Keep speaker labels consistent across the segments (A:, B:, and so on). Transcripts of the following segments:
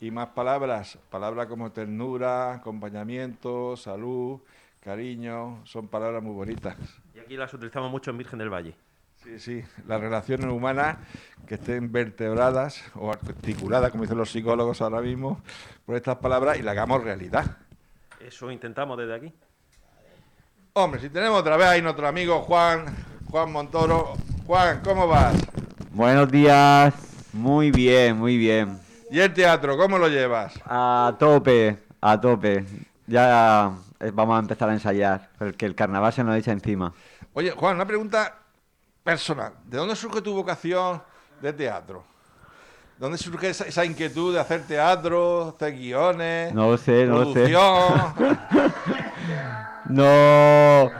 A: y más palabras. Palabras como ternura, acompañamiento, salud, cariño, son palabras muy bonitas.
B: Y aquí las utilizamos mucho en Virgen del Valle.
A: Sí, sí, las relaciones humanas que estén vertebradas o articuladas, como dicen los psicólogos ahora mismo, por estas palabras y la hagamos realidad.
B: Eso intentamos desde aquí.
A: Hombre, si tenemos otra vez ahí nuestro amigo Juan, Juan Montoro. Juan, ¿cómo vas?
C: Buenos días, muy bien, muy bien.
A: ¿Y el teatro, cómo lo llevas?
C: A tope, a tope. Ya eh, vamos a empezar a ensayar, porque el carnaval se nos echa encima.
A: Oye, Juan, una pregunta personal. ¿De dónde surge tu vocación de teatro? ¿De dónde surge esa, esa inquietud de hacer teatro, hacer guiones?
C: No lo sé, no lo sé.
A: producción?
C: No.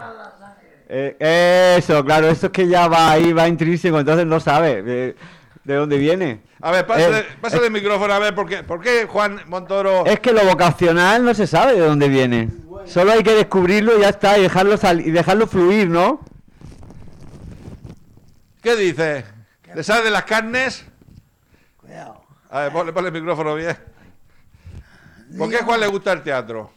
C: Eh, eso, claro, eso es que ya va ahí, va intrínseco, entonces no sabe eh, de dónde viene.
A: A ver, pásale,
C: Eh,
A: pásale el micrófono, a ver, ¿por qué, por qué Juan Montoro?
C: Es que lo vocacional no se sabe de dónde viene. Solo hay que descubrirlo y ya está, y dejarlo, sal- y dejarlo fluir, ¿no?
A: ¿Qué dice? ¿Le sale de las carnes?
D: Cuidado.
A: A ver, ponle, ponle el micrófono bien. ¿Por qué a Juan le gusta el teatro?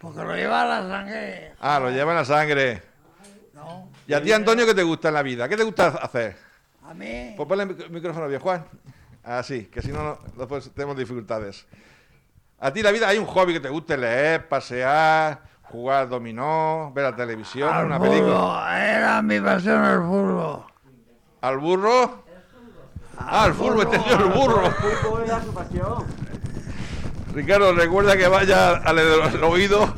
D: Porque lo lleva la sangre,
A: Ah, lo lleva en la sangre.
D: ¿no?
A: ¿Y a ti, Antonio, qué te gusta en la vida? ¿Qué te gusta hacer?
D: A mí,
A: Pues ponle el mic- micrófono bien, Juan. Así, que si no, no, después tenemos dificultades. A ti, la vida, hay un hobby que te guste leer, pasear, jugar al dominó, ver la televisión,
D: al
A: una
D: fútbol,
A: película.
D: Era mi pasión el fútbol.
A: ¿Al burro? Ah, al fútbol, entendió el burro. Ricardo, recuerda que vaya al, al oído.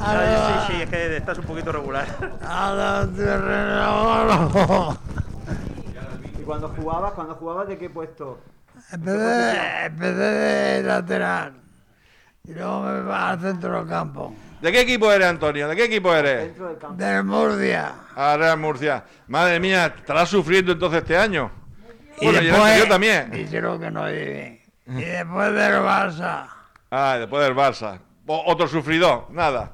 B: Ah, sí, sí, es que estás un poquito regular.
D: A los terrenos.
C: ¿Y cuando jugabas, cuando jugabas de qué puesto?
D: Empecé, empecé de lateral. Y luego me va al centro del campo.
A: ¿De qué equipo eres, Antonio? ¿De qué equipo eres?
C: Dentro del campo.
D: Del Murcia.
A: Ah, Real Murcia. Madre mía, estarás sufriendo entonces este año. Bueno, y el
D: después-
A: anterior también.
D: Y creo que no viví. Y después del Barça.
A: Ah, y después del Barça. O- otro sufridor, nada.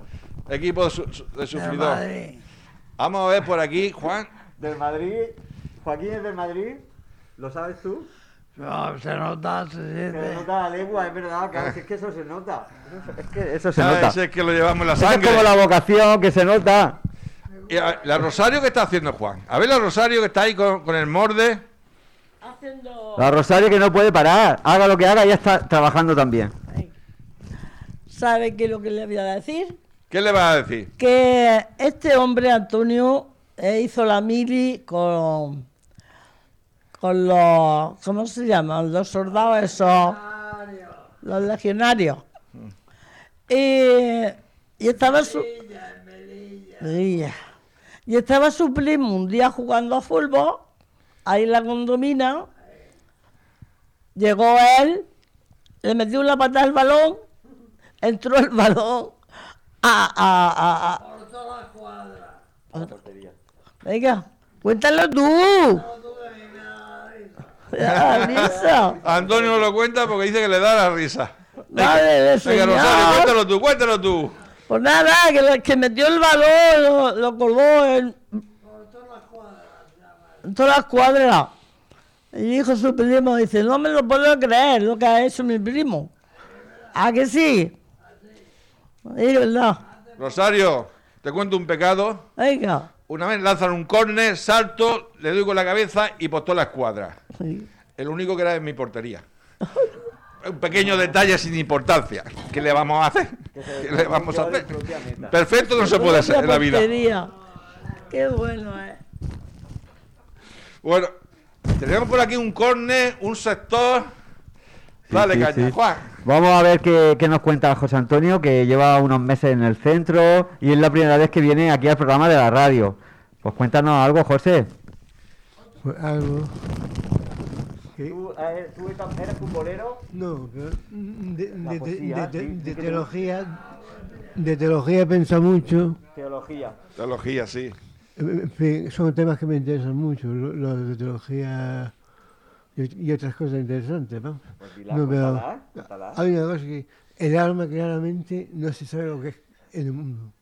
A: Equipo de, su- su- de
D: Del
A: sufridor.
D: Madrid.
A: Vamos a ver por aquí, Juan.
C: Del Madrid. Joaquín es del Madrid. ¿Lo sabes tú?
D: No, se nota, se siente.
C: la lengua, es verdad, es que eso se nota. Es que eso se
A: Ah,
C: nota.
A: ese es que lo llevamos en la
C: Eso es
A: sangre.
C: como la vocación que se nota.
A: Y a- la Rosario que está haciendo Juan. A ver la Rosario que está ahí con, con el morde.
E: haciendo
C: La Rosario que no puede parar. Haga lo que haga, ya está trabajando también.
E: sabe qué es lo que le voy a decir
A: ¿Qué le vas a decir?
E: que este hombre Antonio eh, hizo la mili con con los cómo se llaman los soldados esos los legionarios Eh, y estaba su Melilla. y estaba su primo un día jugando a fútbol ahí en la condomina llegó él le metió una patada al balón entró el balón a, a, a, a- Venga, cuéntalo tú. Ah, Lisa.
A: Antonio no lo cuenta porque dice que le da la risa.
E: Madre de
A: Venga,
E: señor.
A: Rosario, cuéntalo tú, cuéntalo tú.
E: Pues nada, que, le- que metió el balón, lo, lo coló en. En todas las cuadras. Y dijo su primo, dice, no me lo puedo creer lo que ha hecho mi primo. ¿A que sí? Es verdad.
A: Rosario, te cuento un pecado.
E: Venga.
A: Una vez lanzan un córner, salto, le doy con la cabeza y postó la escuadra. El único que era en mi portería. Un pequeño detalle sin importancia. ¿Qué le vamos a hacer? ¿Qué le vamos a hacer? Perfecto no se puede hacer en la vida.
E: Portería. Qué bueno, eh.
A: Bueno, tenemos por aquí un córner, un sector.
C: Sí,
A: Dale,
C: sí,
A: caña,
C: sí.
A: Juan.
C: Vamos a ver qué, qué nos cuenta José Antonio, que lleva unos meses en el centro y es la primera vez que viene aquí al programa de la radio. Pues cuéntanos algo, José.
F: Pues algo.
C: ¿Tú, eres futbolero?
F: No, pero mm, de,
C: La
F: de- de-
C: poesía,
F: de-
C: sí, sí
F: de
C: que te-
F: teología de teología pienso mucho.
G: Teología.
A: Teología, sí.
F: En fin, son temas que me interesan mucho, lo- los de teología y, y otras cosas interesantes. ¿no?
G: Pues dila,
F: No, pero-
G: cuéntala, cuéntala.
F: Hay una cosa que el alma claramente no se sabe lo que es en el mundo.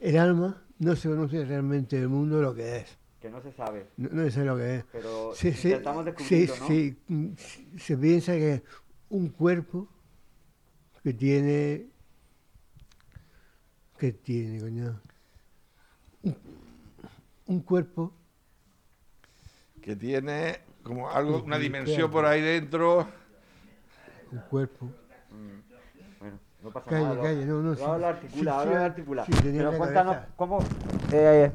F: El alma no se conoce realmente en el mundo lo que es.
G: Que no se sabe.
F: No, no se sabe lo que es.
G: Pero
F: Se- se-
G: intentamos
F: se-
G: descubrirlo, ¿no?
F: se- mm, se piensa que un cuerpo que tiene. que tiene, coño? Un- Un cuerpo
A: Que tiene como algo, una dimensión por ahí dentro.
F: un cuerpo.
G: Bueno, no pasa
F: Calle,
G: nada. lo-
F: calle, no, no,
G: lo
F: sí,
G: ahora lo
F: sí,
G: articula,
F: sí,
G: ahora
F: sí,
G: lo articula.
F: sí, tenía
G: Pero
F: la
G: cuéntanos
F: cabeza.
G: cómo eh,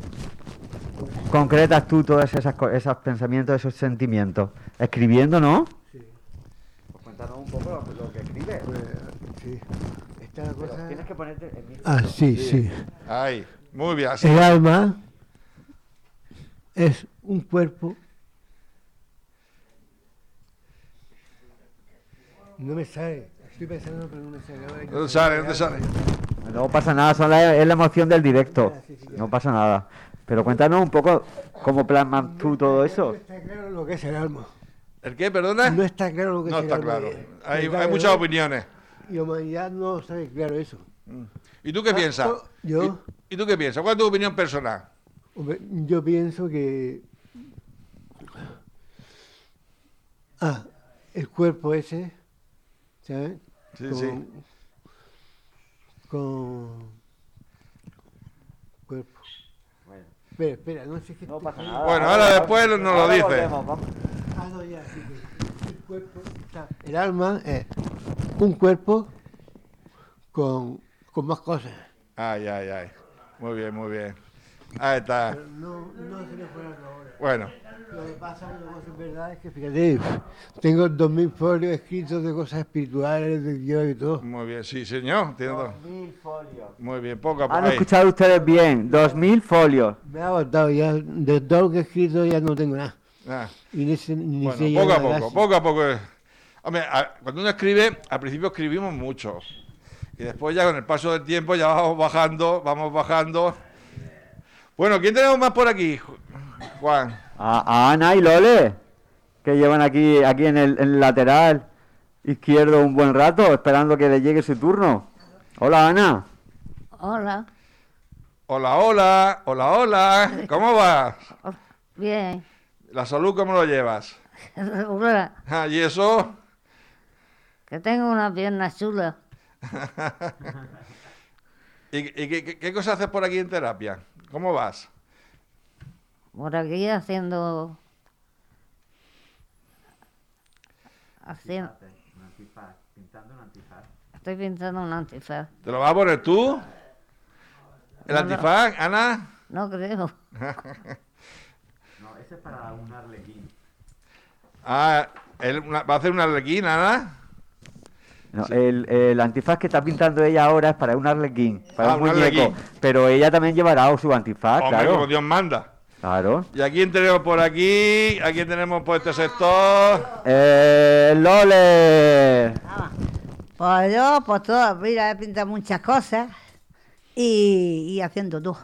C: Concretas tú todos esas, co- esos pensamientos, esos sentimientos. Escribiendo, ¿no?
G: pues cuéntanos un poco lo, lo que escribes.
F: eh, sí. Esta es la
G: Pero
F: cosa.
G: tienes que ponerte en mí.
F: Ah, sí, sí.
A: Ahí. Muy bien, así.
F: El alma es un cuerpo. No me sale. Estoy pensando, pero no me sale. Ahora hay que-
A: No te sale, no te sale.
C: No pasa nada, son la- es la emoción del directo.
F: Ah,
C: No pasa nada. Pero cuéntanos un poco cómo plasmas tú todo
F: No
C: eso.
F: está claro lo que es el alma.
A: ¿El qué, perdona?
F: No está claro lo que
A: No
F: es el
A: está
F: alma.
A: claro. Hay,
F: Está
A: hay
F: claro.
A: muchas opiniones.
F: Y humanidad no sabe claro eso.
A: ¿Y tú qué piensas?
F: Ah, Yo,
A: ¿Y, y tú qué piensas? ¿Cuál es tu opinión personal?
F: hombre, yo pienso que. Ah, el cuerpo ese, ¿sabes?
A: Sí,
F: con,
A: sí.
F: Con. Cuerpo.
G: Bueno,
F: Espera, espera, no sé qué.
G: no pasa nada.
A: Bueno, ahora después nos lo
G: ahora
A: dices.
G: volvemos, vamos.
F: Ah, no, ya, sí, sí. El cuerpo está- El alma es un cuerpo con, con más cosas.
A: Ay, ay, ay. Muy bien, muy bien. Ahí está.
F: No, no se me fueron ahora.
A: Bueno,
F: Lo que pasa lo que pasa en verdad es que, fíjate, tengo 2.000 folios escritos de cosas espirituales, de Dios y todo.
A: muy bien. Sí, señor. Entiendo.
G: Mil folios.
A: Muy bien, poco a
F: Ah,
C: Han
A: poco. Ahí.
C: escuchado ustedes bien, 2.000 folios.
F: Me ha agotado ya, de todo lo que he escrito ya no tengo nada.
A: Ah.
F: Y ni sé- ni
A: Bueno,
F: sé ya
A: poco a
F: nada,
A: poco,
F: sí.
A: poco a poco. eh. Hombre, a- cuando uno escribe, al principio escribimos mucho. Y después ya con el paso del tiempo ya vamos bajando, vamos bajando. Bueno, ¿quién tenemos más por aquí? Ju- Juan.
C: A, a Ana y Lole, que llevan aquí, aquí en el, en el lateral izquierdo un buen rato, esperando que le llegue su turno. Hola Ana,
H: Hola,
A: Hola, hola, hola, hola. ¿Cómo vas?
H: bien,
A: ¿La salud cómo lo llevas?
H: segura,
A: Ah, ¿Y eso?
H: que tengo una pierna chula.
A: ¿Y, y qué, qué- qué cosa haces por aquí en terapia? ¿Cómo vas?
H: Por aquí haciendo. haciendo Estoy pintando un antifaz.
A: ¿Te lo vas a poner tú?
H: No,
A: ¿El
H: no.
A: antifaz, Ana?
H: No creo.
G: No, ese es para un arlequín.
A: Ah, él una- ¿va a hacer una arlequina, Ana?
C: No, el, el antifaz que está pintando ella ahora es para un arlequín, para
A: Ah,
C: un
A: un
C: muñeco,
A: arlequín.
C: pero ella también llevará su antifaz,
A: Hombre,
C: Ah, claro.
A: como Dios manda.
C: Claro.
A: ¿Y a quién tenemos por aquí? ¿A quién tenemos por este sector?
C: Eh, Lole,
I: Pues yo, pues todo, mira, he pintado muchas cosas y, y haciendo tú.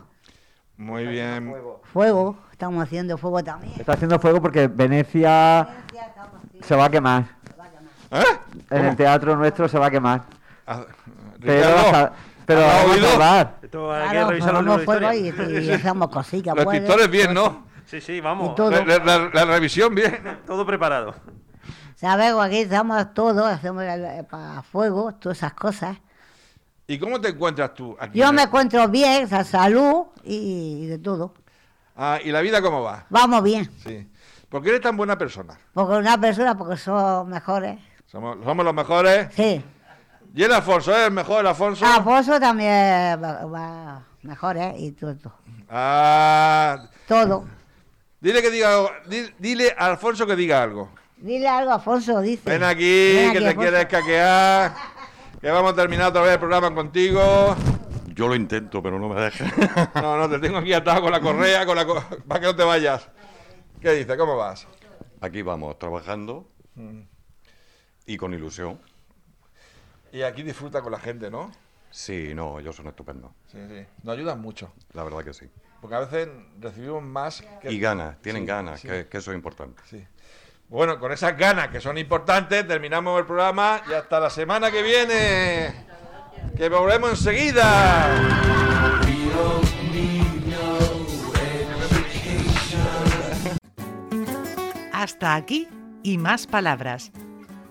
A: Muy bien.
I: Fuego, estamos haciendo fuego también.
C: está haciendo fuego porque Venecia se va a quemar.
A: ¿Eh?
C: En el teatro nuestro se va a quemar.
A: Ah,
C: Pero, la
A: Ricardo,
C: sa- pero la
A: ¿has
C: vamos a
A: oído?
C: salvar.
B: Esto hay que
I: Claro,
B: revisar los
I: formamos
B: libros de
I: fuego y,
B: historia.
I: y hacemos cositas.
A: Los
I: pues,
A: pintores bien, ¿no?
B: Sí, sí, vamos.
I: Y todo.
A: La, la- la- la revisión bien.
B: Todo preparado.
I: ¿Sabes? Aquí estamos todos, hacemos el- eh, para fuego, todas esas cosas.
A: ¿Y cómo te encuentras tú aquí?
I: Yo me encuentro bien, sa- salud y, y de todo.
A: Ah, ¿Y la vida cómo va?
I: Vamos bien,
A: Sí. ¿Por qué eres tan buena persona?
I: porque una persona, porque son mejores.
A: Somos, somos los mejores.
I: Sí.
A: ¿Y el Alfonso es el mejor, el Alfonso?
I: Ah, Afonso también va, va mejor, ¿eh? Y todo.
A: Ah,
I: Todo.
A: dile que diga algo. Di- Dile a Alfonso que diga algo.
I: Dile algo a Afonso, dice.
A: Ven aquí,
I: Ven
A: que te
I: Afonso.
A: quieres caquear. Que vamos a terminar otra vez el programa contigo.
J: Yo lo intento, pero no me deja.
A: No, no, te tengo aquí atado con la correa, con la co- para que no te vayas. ¿Qué dices? ¿Cómo vas?
J: Aquí vamos, trabajando y con ilusión.
A: Y aquí disfruta con la gente, ¿no?
J: Sí, no, ellos son estupendos.
A: Sí, sí. Nos ayudan mucho.
J: La verdad que sí.
A: Porque a veces recibimos más que...
J: Y ganas, tienen
A: Sí,
J: ganas,
A: sí.
J: Que, que eso es importante.
A: Sí. Bueno, con esas ganas que son importantes, terminamos el programa y hasta la semana que viene. Que volvemos enseguida.
K: Hasta aquí y más palabras.